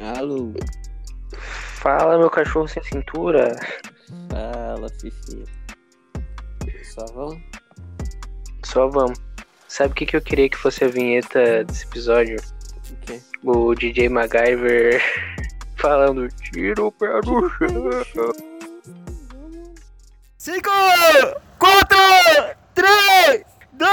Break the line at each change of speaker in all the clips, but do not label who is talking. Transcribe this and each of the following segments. Alô,
Fala, meu cachorro sem cintura.
fala, Fifi. Só vão?
Só vamos. Sabe o que, que eu queria que fosse a vinheta desse episódio?
O quê?
O DJ MacGyver falando tira o pé do chão.
5, 4, 3, 2,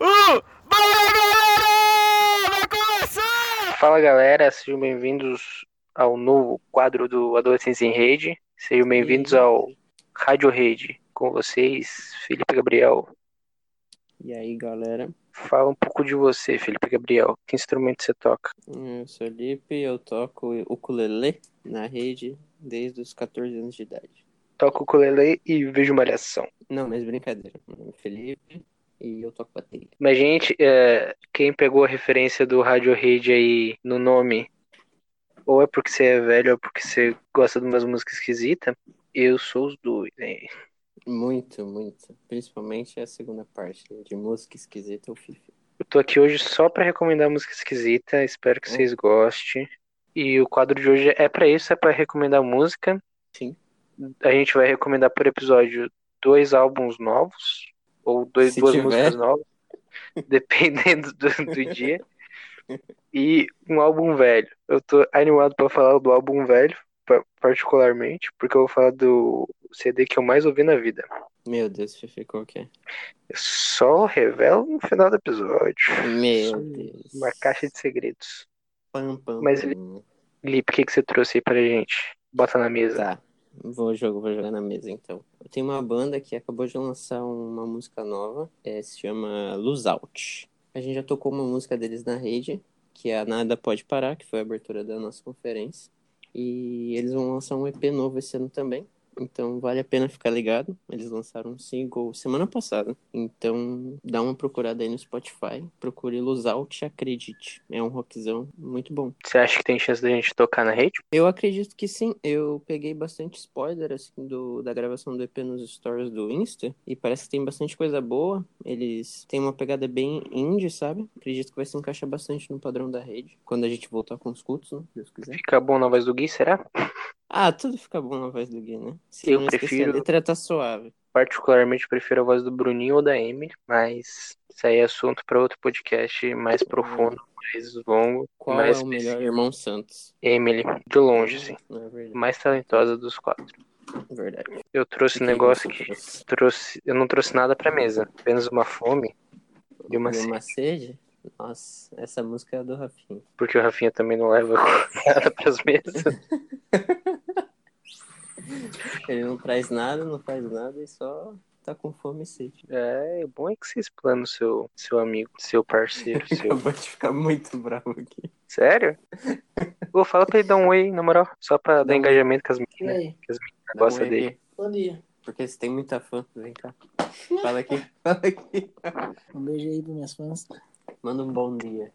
1, bora galera! Vai começar!
Fala, galera. Sejam bem-vindos ao novo quadro do Adolescentes em Rede. Sejam bem-vindos ao Rádio Rede. Com vocês, Felipe Gabriel.
E aí, galera?
Fala um pouco de você, Felipe Gabriel. Que instrumento você toca?
Hum, Eu sou o Lipe, eu toco ukulele na rede desde os 14 anos de idade.
Toco ukulele e vejo malhação.
Não, mas brincadeira. Meu nome é Felipe e eu toco bateria.
Mas, gente, é, quem pegou a referência do Rádio Rede aí no nome, ou é porque você é velho, ou é porque você gosta de umas músicas esquisitas, eu sou os dois, né?
Muito, muito. Principalmente a segunda parte de música esquisita ou Fifi.
Eu tô aqui hoje só pra recomendar música esquisita, espero que
Hum.
vocês gostem. E o quadro de hoje é pra isso, é pra recomendar música.
Sim.
A gente vai recomendar por episódio dois álbuns novos, ou dois,
Se
duas
tiver.
músicas novas, dependendo do, do dia. E um álbum velho. Eu tô animado pra falar do álbum velho, pa- particularmente, porque eu vou falar do CD que eu mais ouvi na vida.
Meu Deus, Fifi, qual que é?
Eu só revelo no final do episódio.
Meu Deus.
Uma caixa de segredos.
Pam, pam,
Mas
pam.
Lipe, o que, que você trouxe aí pra gente? Bota na mesa.
Tá, vou jogar, vou jogar na mesa então. Eu tenho uma banda que acabou de lançar uma música nova, é, se chama Luz Out. A gente já tocou uma música deles na rede, que é a Nada Pode Parar, que foi a abertura da nossa conferência. E eles vão lançar um EP novo esse ano também, então vale a pena ficar ligado. Eles lançaram um single semana passada, então dá uma procurada aí no Spotify, procure Luz Out e acredite. É um rockzão muito bom.
Você acha que tem chance da gente tocar na rede?
Eu acredito que sim. Eu peguei bastante spoiler assim do, da gravação do EP nos stories do Insta e parece que tem bastante coisa boa. Eles têm uma pegada bem indie, sabe? Acredito que vai se encaixar bastante no padrão da rede quando a gente voltar com os cultos, né? Se Deus quiser.
Fica bom na voz do Gui, será?
Ah, tudo fica bom na voz do Gui, né? Se
Eu
não esquecer,
prefiro-
a letra tá suave.
Particularmente prefiro a voz do Bruninho ou da Emily, mas isso aí é assunto pra outro podcast mais profundo, mais longo.
Qual
mais
é o melhor irmão Santos?
Emily, de longe, sim.
Não é verdade. é
Mais talentosa dos quatro.
Verdade.
Eu trouxe um negócio que trouxe. Eu não trouxe nada pra mesa, apenas uma fome e uma
Deu
sede,
uma sede? Nossa, essa música é a do Rafinha.
porque o Rafinha também não leva nada pras mesas.
Ele não traz nada, não faz nada e só tá com fome e sede.
É, o bom é que você explana o seu, seu amigo, seu parceiro, seu.
Acabou de ficar muito bravo aqui.
Sério? Pô, fala pra ele dar um oi, hein, na moral. Só pra
Dá
dar
um
engajamento com as
E
meninas.
aí?
Gosta dele.
Bom dia.
é Porque você tem muita fã. Vem cá. Fala aqui. Fala aqui.
Um beijo aí para minhas fãs.
Manda um bom dia.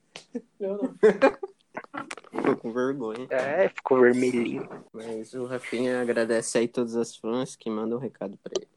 Eu não.
Tô com vergonha.
É, ficou vermelhinho.
Mas o Rafinha agradece aí todas as fãs que mandam um recado pra ele.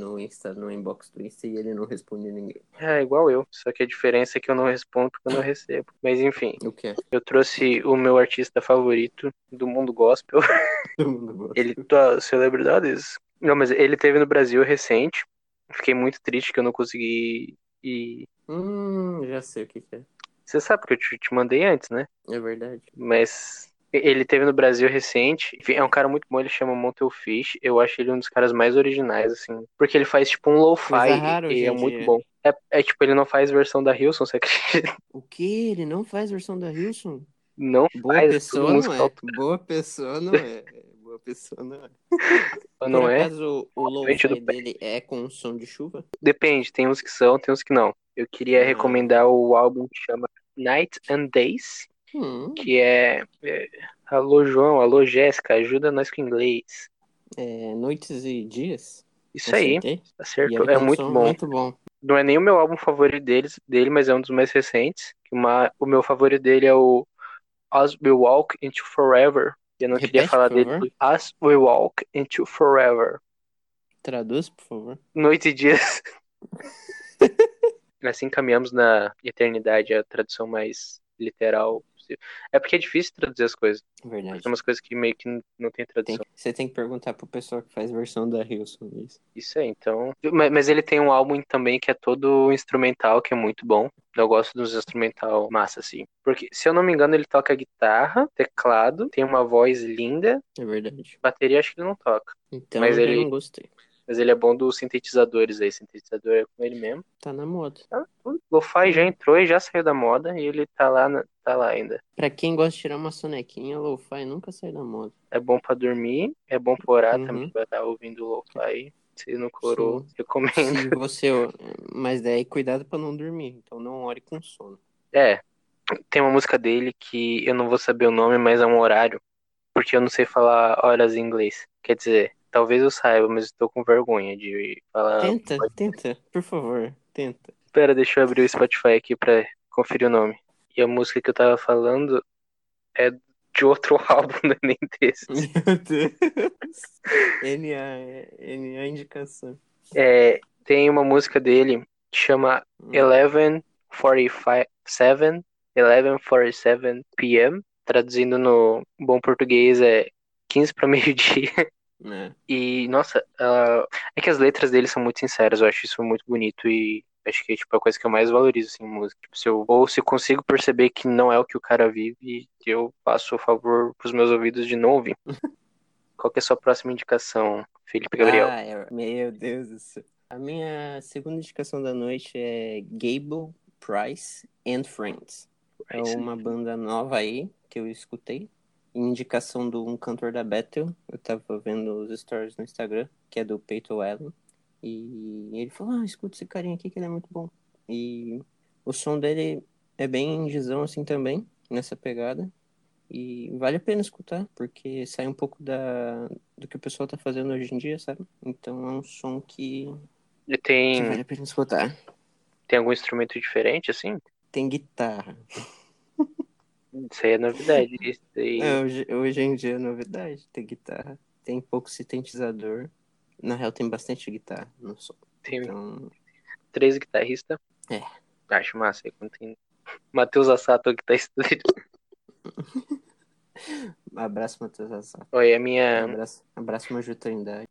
No Insta, no inbox do Insta e ele não responde ninguém.
É, igual eu. Só que a diferença é que eu não respondo porque eu não recebo. Mas enfim,
O que é?
eu trouxe o meu artista favorito do mundo gospel.
Todo mundo gosta.
Ele tá celebridades. Não, mas ele teve no Brasil recente. Fiquei muito triste que eu não consegui ir.
Hum, já sei o que, que é.
Você sabe que eu te- te mandei antes, né?
É verdade.
mas ele teve no Brasil recente. Enfim, é um cara muito bom, ele chama Montelfish. Eu acho ele um dos caras mais originais, assim. Porque ele faz, tipo, um lo-fi
Coisa rara
e
hoje
é
em
muito
dia.
bom. É, é, tipo, ele não faz versão da Hilson, você acredita?
O que? Ele não faz versão da Hilson?
Não
Boa
faz
pessoa não
música
é.
autoral,
Boa pessoa não é. Boa pessoa não é.
não
Por
é?
acaso o
Frente
lo-fi
do pé.
dele é com som de chuva?
Depende, tem uns que são, tem uns que não. Eu queria
Ah.
recomendar o álbum que chama Night and Days,
Hum,
que é. é alô, João, alô, Jéssica, ajuda nós com inglês.
é, noites e dias.
Isso aí,
acertei. E
acertou.
ele
É
tem um
muito
som
bom.
Muito bom.
não é nem o meu álbum favorito deles, dele, mas é um dos mais recentes. Que uma- o meu favorito dele é o As We Walk Into Forever. Eu não
Repete,
queria falar
por
dele.
favor.
As We Walk Into Forever.
Traduz, por favor.
Noite e dias. assim caminhamos na eternidade, é a tradução mais literal possível. É porque é difícil traduzir as coisas.
É Verdade.
Tem umas coisas que meio que não- não tem tradução.
Tem que- você tem que perguntar pro pessoal que faz versão da Hilson isso.
Isso aí, então. Mas, mas ele tem um álbum também que é todo instrumental, que é muito bom. Eu gosto dos instrumental massa, assim. Porque, se eu não me engano, ele toca guitarra, teclado, tem uma voz linda.
É verdade.
Bateria acho que ele não toca.
Então
Mas
eu
ele-
não gostei.
Mas ele é bom dos sintetizadores aí. Sintetizador é com ele mesmo.
Tá na moda.
Tá, tudo. Lo-fi já entrou e já saiu da moda. E ele tá lá, na- tá lá ainda.
Pra quem gosta de tirar uma sonequinha, lo-fi nunca sai da moda.
É bom pra dormir, é bom pra orar
Uhum.
também, pra estar ouvindo lo-fi. Se não corou, recomendo.
Se você. Mas daí cuidado pra não dormir. Então não ore com sono.
É, tem uma música dele que eu não vou saber o nome, mas é um horário, porque eu não sei falar horas em inglês. Quer dizer, talvez eu saiba, mas estou com vergonha de falar.
Tenta, tenta, por favor, tenta.
Espera, deixa eu abrir o Spotify aqui pra conferir o nome. E a música que eu tava falando é de outro álbum, não é nem desse.
Meu Deus. Ele é, ele é a indicação.
É, tem uma música dele que chama 11:47 11:47 p.m. Traduzindo no bom português é 15 para meio-dia.
É.
E, nossa, ela- é que as letras dele são muito sinceras, eu acho isso muito bonito e acho que é tipo, a coisa que eu mais valorizo assim, em música. Tipo, se eu, ou se eu consigo perceber que não é o que o cara vive, eu faço o favor pros meus ouvidos de não ouvir. Qual que é a sua próxima indicação, Felipe Gabriel?
Ah, é. Meu Deus do céu. A minha segunda indicação da noite é Gable Price and Friends. É
Price and
uma banda nova aí que eu escutei. Em indicação de um cantor da Bethel. Eu tava vendo os stories no Instagram, que é do Peyton Allen. E ele falou, ah, escuta esse carinha aqui que ele é muito bom. E o som dele é bem indizão assim também, nessa pegada. E vale a pena escutar, porque sai um pouco da, do que o pessoal tá fazendo hoje em dia, sabe? Então é um som que,
E
que
tem,
vale a pena escutar.
tem algum instrumento diferente, assim?
Tem guitarra.
Isso aí é novidade. Isso aí...
É, hoje, hoje em dia é novidade, tem guitarra. Tem pouco sintetizador. Na real tem bastante guitarra no som.
Tem
Então,
três guitarristas.
É.
Acho massa aí quando tem. Matheus Assato, tá guitarrista dele.
abraço, Matheus Azar.
Olha, a minha.
Abraço, abraço Maju Trindade.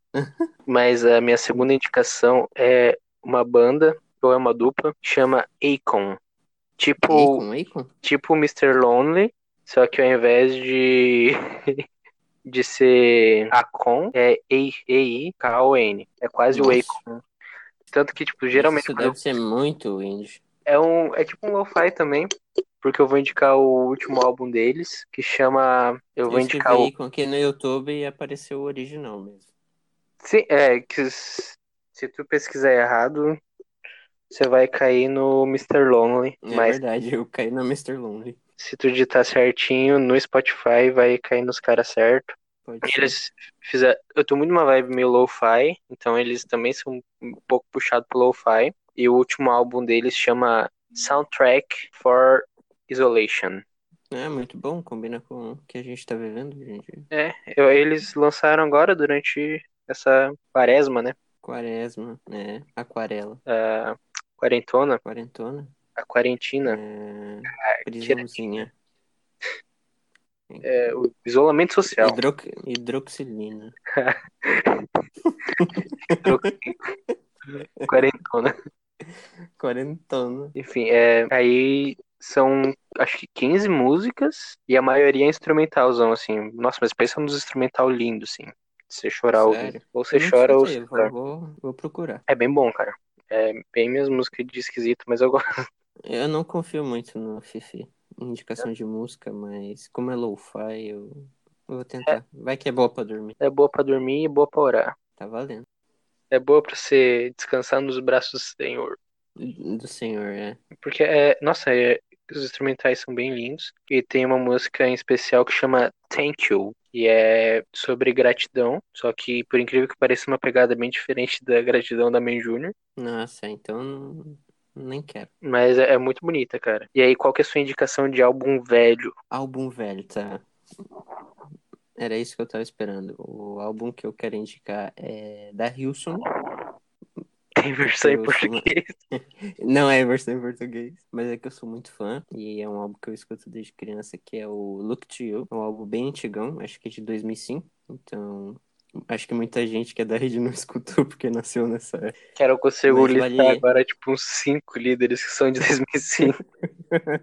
Mas a minha segunda indicação é uma banda, ou é uma dupla, chama Akon. Tipo,
Akon, Akon?
tipo Mr. Lonely, só que ao invés de. de ser Akon, é E-I-K-O-N. É quase o
Nossa.
Akon. Tanto que, tipo, geralmente.
Isso
quando eu-
deve ser muito indie.
É, um, é tipo um lo-fi também, porque eu vou indicar o último álbum deles, que chama. Eu vou
escrevi
indicar o.
Akon aqui no YouTube e apareceu o original mesmo.
Sim, é que s- se tu pesquisar errado, você vai cair no Mr. Lonely.
É
mas
verdade, eu caí na Mr. Lonely.
se tu digitar certinho no Spotify, vai cair nos caras certo.
Pode
E
ser.
Eles fizeram. Eu tô muito numa vibe meio lo-fi, então eles também são um pouco puxados pro lo-fi. E o último álbum deles chama Soundtrack for Isolation.
É muito bom, combina com o que a gente tá vivendo hoje em dia.
É, eu- eles lançaram agora durante essa quaresma, né?
Quaresma, né? Aquarela,
A quarentona,
quarentona,
a quarentina.
é...
tira-
prisãozinha,
É, o isolamento social.
hidroc... hidroxilina.
Quarentona.
Quarentona.
né? Enfim, é, aí são acho que 15 músicas e a maioria é instrumentalzão, assim. Nossa, mas pensa nos instrumental lindo, assim. Você chorar ou,
Sério?
ou você
Eu não
chora ou
escutei,
você
vou,
chora.
vou, vou procurar.
É bem bom, cara. É bem minhas músicas de esquisito, mas eu gosto.
Eu não confio muito no Fifi, indicação de música, mas como é lo-fi, eu... eu vou tentar. Vai que é boa pra dormir,
É boa pra dormir e boa pra orar.
tá valendo.
É boa pra você descansar nos braços do Senhor.
Do senhor, é.
Porque, é, nossa, é- os instrumentais são bem lindos. E tem uma música em especial que chama Thank You. E é sobre gratidão. Só que, por incrível que pareça, é uma pegada bem diferente da gratidão da Man Jr.
Nossa, então não- nem quero.
Mas é, é muito bonita, cara. E aí, qual que é a sua indicação de álbum velho?
Álbum velho, tá? Era isso que eu tava esperando. O álbum que eu quero indicar é da Hilson.
Tem versão em
Eu sou uma-
português.
Não é a versão em português, mas é que eu sou muito fã e é um álbum que eu escuto desde criança, que é o Look to You. É um álbum bem antigão, acho que é de 2005. Então, acho que muita gente que é da rede não escutou porque nasceu nessa época.
Cara, eu consigo
Mas
listar
vale-
agora, tipo, uns cinco líderes que são de 2005.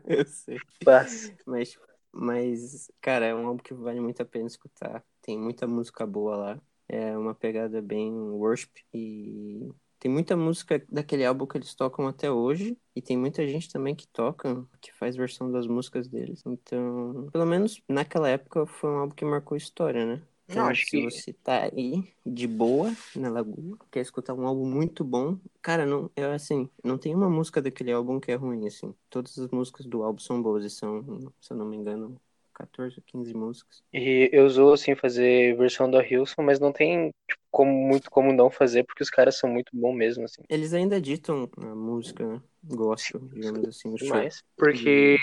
eu sei.
Fácil.
Mas, mas, cara, é um álbum que vale muito a pena escutar. Tem muita música boa lá. É uma pegada bem worship e tem muita música daquele álbum que eles tocam até hoje e tem muita gente também que toca, que faz versão das músicas deles. Então, pelo menos naquela época foi um álbum que marcou história, né? Então,
Não, acho
se
que-
você tá aí de boa na lagoa, quer escutar um álbum muito bom, cara, não, é assim, não tem uma música daquele álbum que é ruim, assim. Todas as músicas do álbum são boas e são, se eu não me engano, 14 ou 15 músicas.
E eu usou, assim, fazer versão da Hilson, mas não tem, tipo, como, muito como não fazer, porque os caras são muito bons mesmo, assim.
Eles ainda ditam a música, né? gospel, digamos assim, o show.
Demais. Porque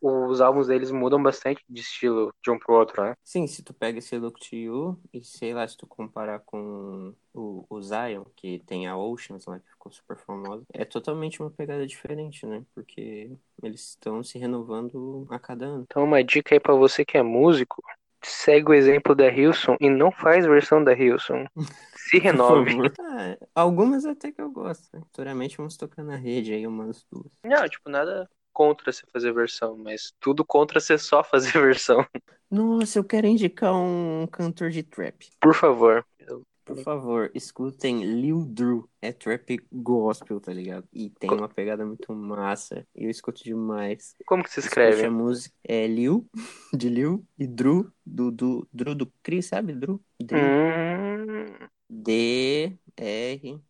os álbuns deles mudam bastante de estilo de um pro outro, né?
Sim, se tu pega esse Look to You e sei lá, se tu comparar com o, o Zion, que tem a Oceans lá, que ficou super famosa, é totalmente uma pegada diferente, né? Porque eles estão se renovando a cada ano.
Então, uma dica aí pra você que é músico: segue o exemplo da Hilson e não faz versão da Hilson. Se renove.
Por favor. Ah, algumas até que eu gosto. né? Futuramente vamos tocar na rede aí umas duas.
Não, tipo, nada contra você fazer versão, mas tudo contra você só fazer versão.
Nossa, eu quero indicar um cantor de trap.
Por favor.
Por favor, escutem Lil Drew. É trap gospel, tá ligado? E tem uma pegada muito massa. E eu escuto demais.
Como que se
Escute
escreve?
a música. É Lil, de Lil, e Drew, do, do, Drew do Chris, sabe? Drew? Drew.
Hum,
D, R,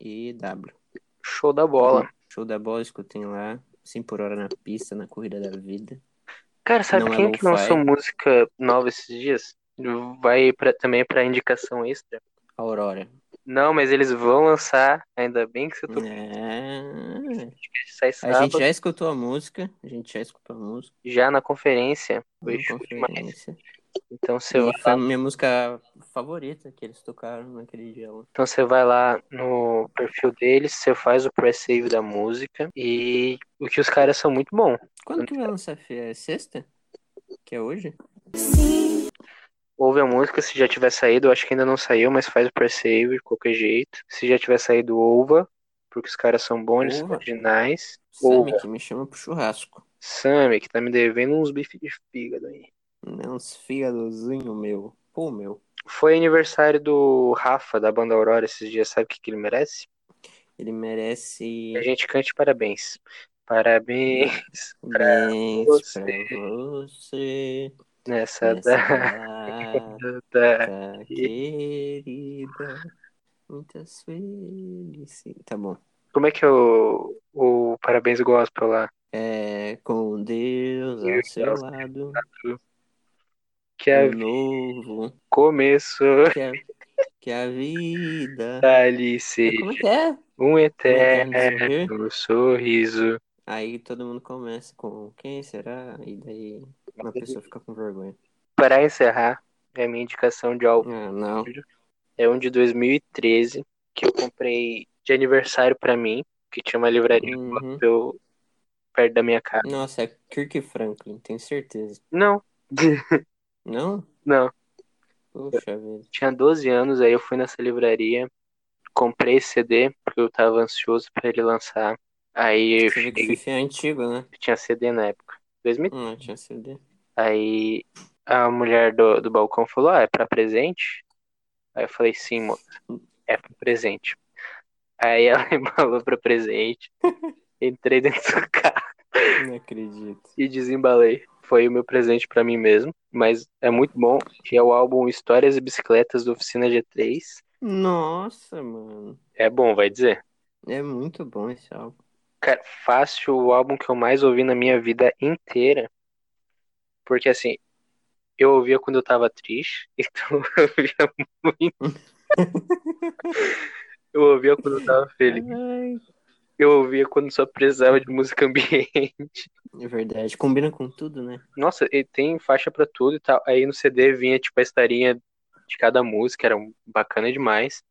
E, W.
show da bola.
Show da bola, escutem lá. 100 por hora na pista, na corrida da vida.
Cara, sabe
Não é
quem que lançou
lo-fi.
música nova esses dias? Vai pra, também pra indicação extra.
Aurora.
Não, mas eles vão lançar. Ainda bem que você tocou.
É... Hum.
Sai
A
sábado,
gente já escutou a música. A gente já escutou a música.
já na conferência. Foi
na
show
Uhum,
demais.
conferência.
Então você vai
E foi a minha música favorita que eles tocaram naquele dia lá.
Então você vai lá no perfil deles, você faz o pré-save da música e o que os caras são muito bons.
Quando que vai lançar? Fê? É sexta? Que é hoje?
Ouve a música, se já tiver saído, eu acho que ainda não saiu, mas faz o pré-save de qualquer jeito. Se já tiver saído, ouva, porque os caras são bons, eles são
Ouva.
originais.
Sammy
Ouva.
que me chama pro churrasco.
Sammy, que tá me devendo uns bifes de fígado aí.
Né? Uns fígadozinho meu. Pô, meu.
Foi aniversário do Rafa, da banda Aurora, esses dias, sabe o que, que ele merece?
Ele merece.
Que a gente cante parabéns. Parabéns
Né? Parabéns
você. Tá
pra você.
nessa
Nessa
data.
data querida. Muitas felicidades. Tá bom.
Como é que é o, o Parabéns Gospel lá?
É com Deus ao seu lado.
Que a
Um novo.
começo
Que a, que é a vida.
ali
É,
seja
Como é que é?
um
eterno
eterno sorriso.
Aí todo mundo começa com quem será? E daí uma pessoa fica com vergonha.
Para encerrar, é a minha indicação de álbum.
Ah, não.
É um de 2013 que eu comprei de aniversário pra mim, que tinha uma livraria
Uhum.
gospel perto da minha casa.
Nossa, é Kirk Franklin, tenho certeza.
Não,
Não?
não.
Poxa vida.
Tinha 12 anos, aí eu fui nessa livraria, comprei esse CD, porque eu tava ansioso pra ele lançar. Aí eu
Você vê que
cheguei-
Fifi é antigo, né?
tinha CD na época. 2013.
Não, tinha CD.
Aí a mulher do, do balcão falou: Ah, é pra presente? Aí eu falei: Sim, moça, é pra presente. Aí ela embalou pra presente. Entrei dentro do carro
Não acredito.
e desembalei. Foi o meu presente pra mim mesmo. Mas é muito bom. Que é o álbum Histórias e Bicicletas do Oficina G3.
Nossa, mano.
É bom, vai dizer.
É muito bom esse álbum.
Cara, fácil o álbum que eu mais ouvi na minha vida inteira. Porque assim, eu ouvia quando eu tava triste, então eu ouvia muito. Eu ouvia quando eu tava feliz.
Ai.
Eu ouvia quando só precisava de música ambiente.
É verdade. Combina com tudo, né?
Nossa, e tem faixa pra tudo e tal. Aí no CD vinha tipo a historinha de cada música, era um- bacana demais.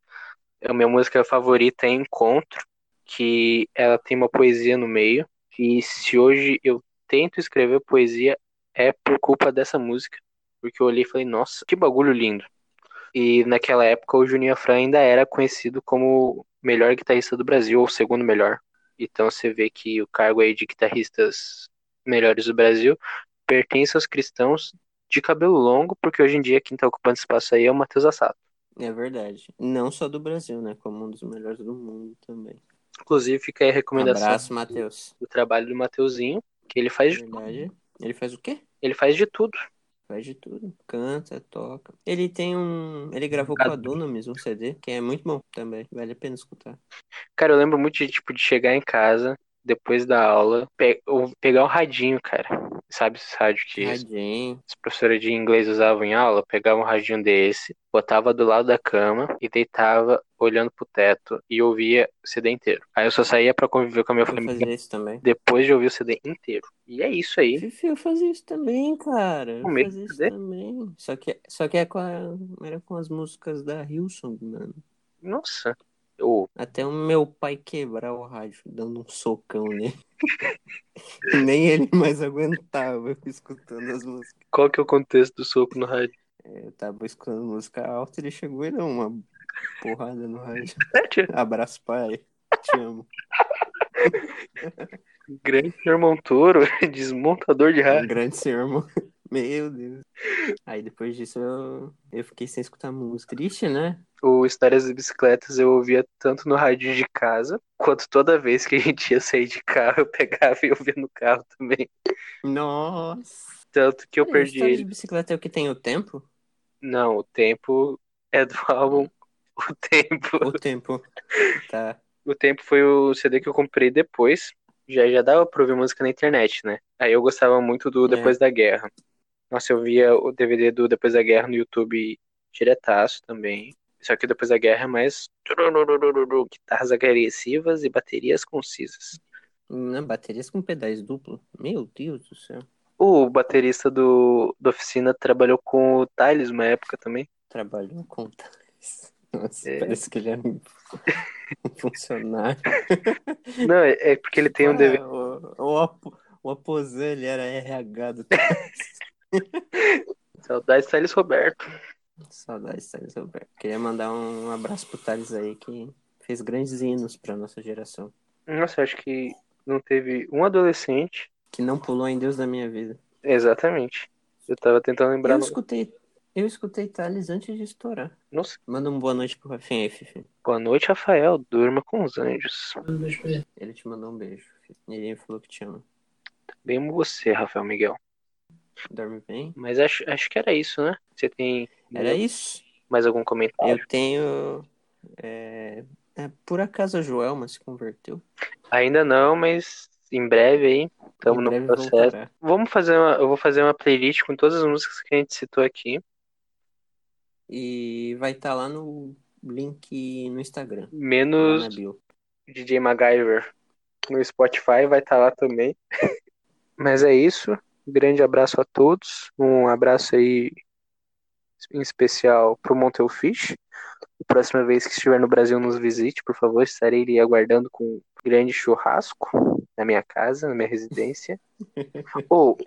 A minha música favorita é Encontro, que ela tem uma poesia no meio. E se hoje eu tento escrever poesia, é por culpa dessa música. Porque eu olhei e falei, nossa, que bagulho lindo. E naquela época o Juninho Fran ainda era conhecido como o melhor guitarrista do Brasil, ou o segundo melhor. Então você vê que o cargo aí de guitarristas melhores do Brasil pertence aos cristãos de cabelo longo, porque hoje em dia quem tá ocupando espaço aí é o Matheus Assato.
É verdade. Não só do Brasil, né? Como um dos melhores do mundo também.
Inclusive fica aí a
Um
recomendação
abraço, Matheus.
do trabalho do Mateuzinho, que ele faz de tudo.
Verdade. Ele faz o quê?
Ele faz de tudo.
Faz de tudo. Canta, toca. Ele tem um. Ele gravou com a
Cadu.
Dunamis um CD, que é muito bom também. Vale a pena escutar.
Cara, eu lembro muito de, tipo, de chegar em casa, depois da aula, pe- ou pegar o radinho, cara. Sabe esse rádio que as
Radinho.
professoras de inglês usavam em aula? Eu Pegava um radinho desse, botava do lado da cama e deitava olhando pro teto e ouvia o CD inteiro. Aí eu só saía pra conviver com a minha
Eu
família
fazia isso também.
depois de ouvir o CD inteiro. E é isso aí.
Fifi, eu fazia isso também, cara. Eu
Comer,
fazia isso
né?
também. Só que, só que é com a- era com as músicas da Hillsong, mano.
Nossa. Eu,
Até o meu pai quebrar o rádio, dando um socão nele. Nem ele mais aguentava eu escutando as músicas.
qual que é o contexto do soco no rádio?
Eu tava escutando música alta, ele chegou e deu uma porrada no rádio.
Sério?
Abraço, pai. Te amo.
Grande irmão touro, desmontador de rádio.
Um grande sermão. Meu Deus. Aí depois disso eu, eu fiquei sem escutar música. Triste, né?
O Histórias de Bicicletas eu ouvia tanto no rádio de casa, quanto toda vez que a gente ia sair de carro, eu pegava e ouvia no carro também.
Nossa.
Tanto que eu
Peraí,
perdi
História
ele.
de bicicleta é o que tem o tempo?
Não, o tempo é do álbum. O tempo.
O tempo. Tá.
O tempo foi o CD que eu comprei depois. Já, já dava pra ouvir música na internet, né? Aí eu gostava muito do Depois da Guerra. Nossa, eu via o DVD do Depois da Guerra no YouTube diretaço também. Só que o Depois da Guerra é mais guitarras agressivas e baterias concisas.
Na baterias com pedais duplo. Meu Deus do céu.
O baterista do, da oficina trabalhou com o Thales uma época também.
Trabalhou com tais. Nossa,
É.
parece que ele é um funcionário.
Não, é, é porque ele tem um DVD.
Ah, o, o, apo- o aposan, ele era RH do Thales.
Saudades Thales Roberto.
Saudades, Thales Roberto. Queria mandar um abraço pro Thales aí, que fez grandes hinos pra nossa geração.
Nossa, eu acho que não teve um adolescente.
Que não pulou em Deus da minha vida.
Exatamente. Eu tava tentando lembrar.
Eu
no-
escutei, eu escutei Thales antes de estourar.
Nossa,
Manda um boa noite pro Rafinha aí, Fifi.
boa noite, Rafael. Durma com os anjos.
Ele te mandou um beijo. Fifi. Ele falou que te ama.
Bem com você, Rafael Miguel.
Dorme bem?
Mas acho, acho que era isso, né? Você tem né,
Era isso.
mais algum comentário?
Eu tenho. é, é, por acaso a Joelma se converteu?
Ainda não, mas em breve aí. Estamos
Em
no
breve
processo.
voltará.
Vamos fazer uma, eu vou fazer uma playlist com todas as músicas que a gente citou aqui.
E vai estar lá no link no Instagram. Lá na
Menos
bio.
DJ MacGyver no Spotify, vai estar lá também. Mas é isso. Grande abraço a todos. Um abraço aí em especial pro Montelfish. Próxima vez que estiver no Brasil, nos visite, por favor. Estarei lhe aguardando com um grande churrasco na minha casa, na minha residência. Ou,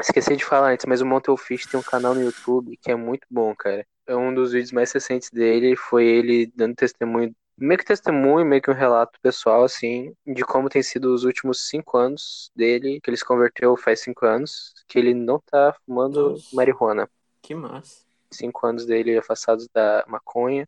esqueci de falar antes, mas o Montelfish tem um canal no YouTube que é muito bom, cara. É um dos vídeos mais recentes dele, foi ele dando testemunho, meio que testemunho, meio que um relato pessoal, assim, de como tem sido os últimos cinco anos dele, que ele se converteu faz cinco anos, que ele não tá fumando
Nossa.
marihuana
Que massa.
cinco anos dele afastados da maconha.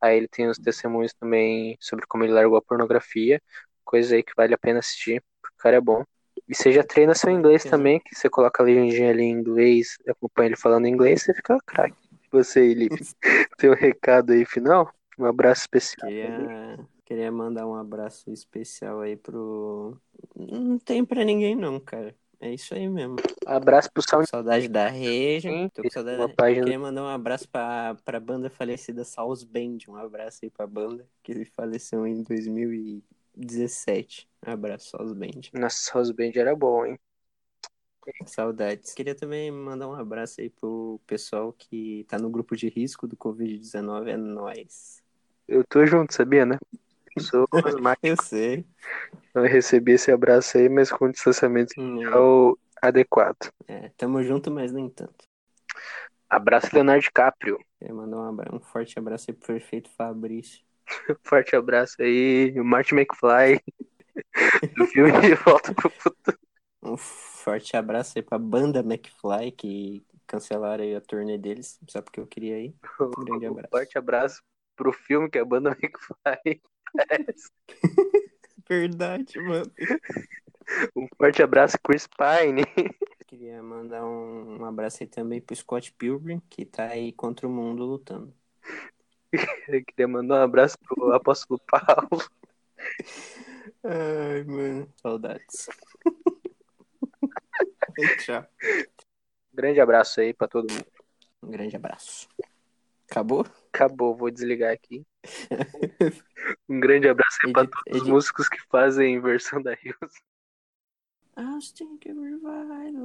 Aí ele tem os testemunhos também sobre como ele largou a pornografia, coisa aí que vale a pena assistir, porque o cara é bom. E você já treina seu
Vale a
inglês
pena.
também, que você coloca a legendinha ali em inglês, acompanha ele falando inglês, você fica craque. Você, Felipe, tem um recado aí final? Um abraço especial.
Queria, queria mandar um abraço especial aí pro. Não tem pra ninguém, não, cara. É isso aí mesmo.
Abraço pro
Tô com
Sound.
saudade da Reja.
Sim,
Tô com saudade
uma
da...
página-
Queria mandar um abraço pra, pra banda falecida South Band. Um abraço aí pra banda que faleceu em 2017. Abraço, South Band.
Nossa, House Band era bom, hein?
Saudades. Queria também mandar um abraço aí pro pessoal que tá no grupo de risco do Covid-19. É nóis.
Eu tô junto, sabia, né? Eu sou asmático.
Eu sei.
Eu recebi esse abraço aí, mas com distanciamento social É adequado.
É, tamo junto, mas nem tanto.
Abraço, Leonardo DiCaprio.
Queria mandar um, abra- um forte abraço aí pro prefeito Fabrício.
Forte abraço aí, o Martin McFly. Do filme de volta pro futuro.
Um forte abraço aí pra banda McFly, que cancelaram aí a turnê deles, só porque eu queria ir. Um grande abraço.
Forte abraço pro filme que a banda McFly. faz.
Verdade, mano.
Um forte abraço, Chris Pine.
Queria mandar um, um abraço aí também pro Scott Pilgrim, que tá aí contra o mundo lutando.
Eu queria mandar um abraço pro apóstolo Paulo.
Ai, mano. Saudades. Tchau.
Grande abraço aí pra todo mundo.
Um grande abraço. Acabou?
Acabou, vou desligar aqui. Um grande abraço aí pra
Edit-
todos os
edit-
músicos que fazem versão da Hills.
I'll stick it right